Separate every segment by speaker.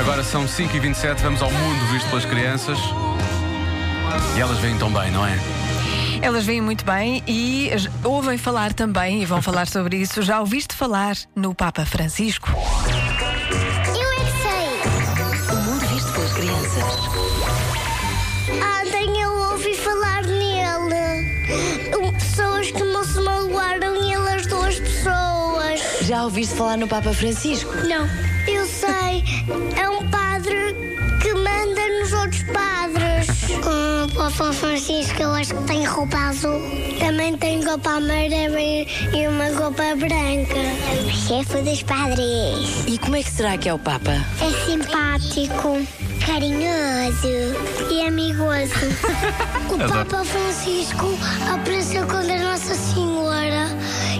Speaker 1: Agora são 5h27, vamos ao mundo visto pelas crianças. E elas vêm tão bem, não é?
Speaker 2: Elas veem muito bem e j- ouvem falar também, e vão falar sobre isso. Já ouviste falar no Papa Francisco?
Speaker 3: Eu é que sei.
Speaker 4: O mundo visto pelas crianças.
Speaker 3: Ontem Ah, eu ouvi falar nele. Um, Pessoas que não se magoaram e elas duas pessoas.
Speaker 4: Já ouviste falar no Papa Francisco?
Speaker 3: Não. Eu sei. É um padre que manda nos outros padres. Ah, O Papa Francisco, eu acho que tem roupa azul. Também tem roupa amarela e uma roupa branca. O chefe dos padres.
Speaker 4: E como é que será que é o Papa?
Speaker 3: É simpático, carinhoso e amigoso. o Papa Francisco apareceu quando a Nossa Senhora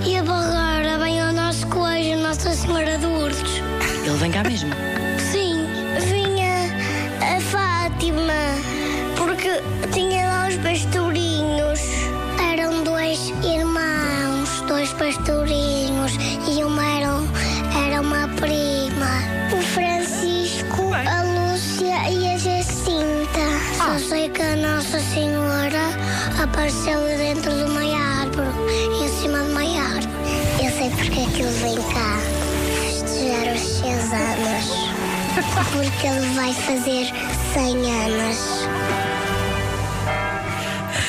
Speaker 3: e agora vem ao nosso colégio Nossa Senhora de Lourdes.
Speaker 4: Ele vem cá mesmo.
Speaker 3: Sim, vinha a Fátima, porque tinha lá os pastorinhos. Eram dois irmãos, dois pastorinhos, e uma era, um, era uma prima. O Francisco, a Lúcia e a Jacinta. Só sei que a Nossa Senhora apareceu dentro de uma árvore, em cima de uma árvore. Eu sei porque é que ele vem cá festejar os seus anos. Porque ele vai fazer 100 anos.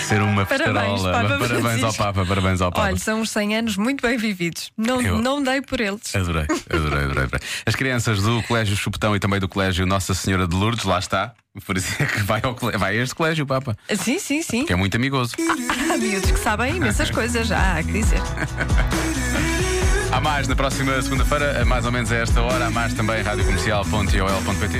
Speaker 1: Ser uma
Speaker 2: Parabéns,
Speaker 1: festarola.
Speaker 2: Papa
Speaker 1: Mas parabéns ao
Speaker 2: Francisco.
Speaker 1: Papa, parabéns ao Papa.
Speaker 2: Olha, são uns 100 anos muito bem vividos. Não,
Speaker 1: Eu-
Speaker 2: não dei por eles.
Speaker 1: Adorei, adorei, adorei, adorei. As crianças do Colégio Chupetão e também do Colégio Nossa Senhora de Lourdes, lá está. Por isso é que vai, ao cole- vai a este colégio, Papa,
Speaker 2: Sim, sim, sim.
Speaker 1: que é muito amigoso.
Speaker 2: Há miúdos que sabem imensas coisas, já há que dizer.
Speaker 1: Há mais na próxima segunda-feira, a mais ou menos a esta hora. Há mais também em radiocomercial.iol.pt.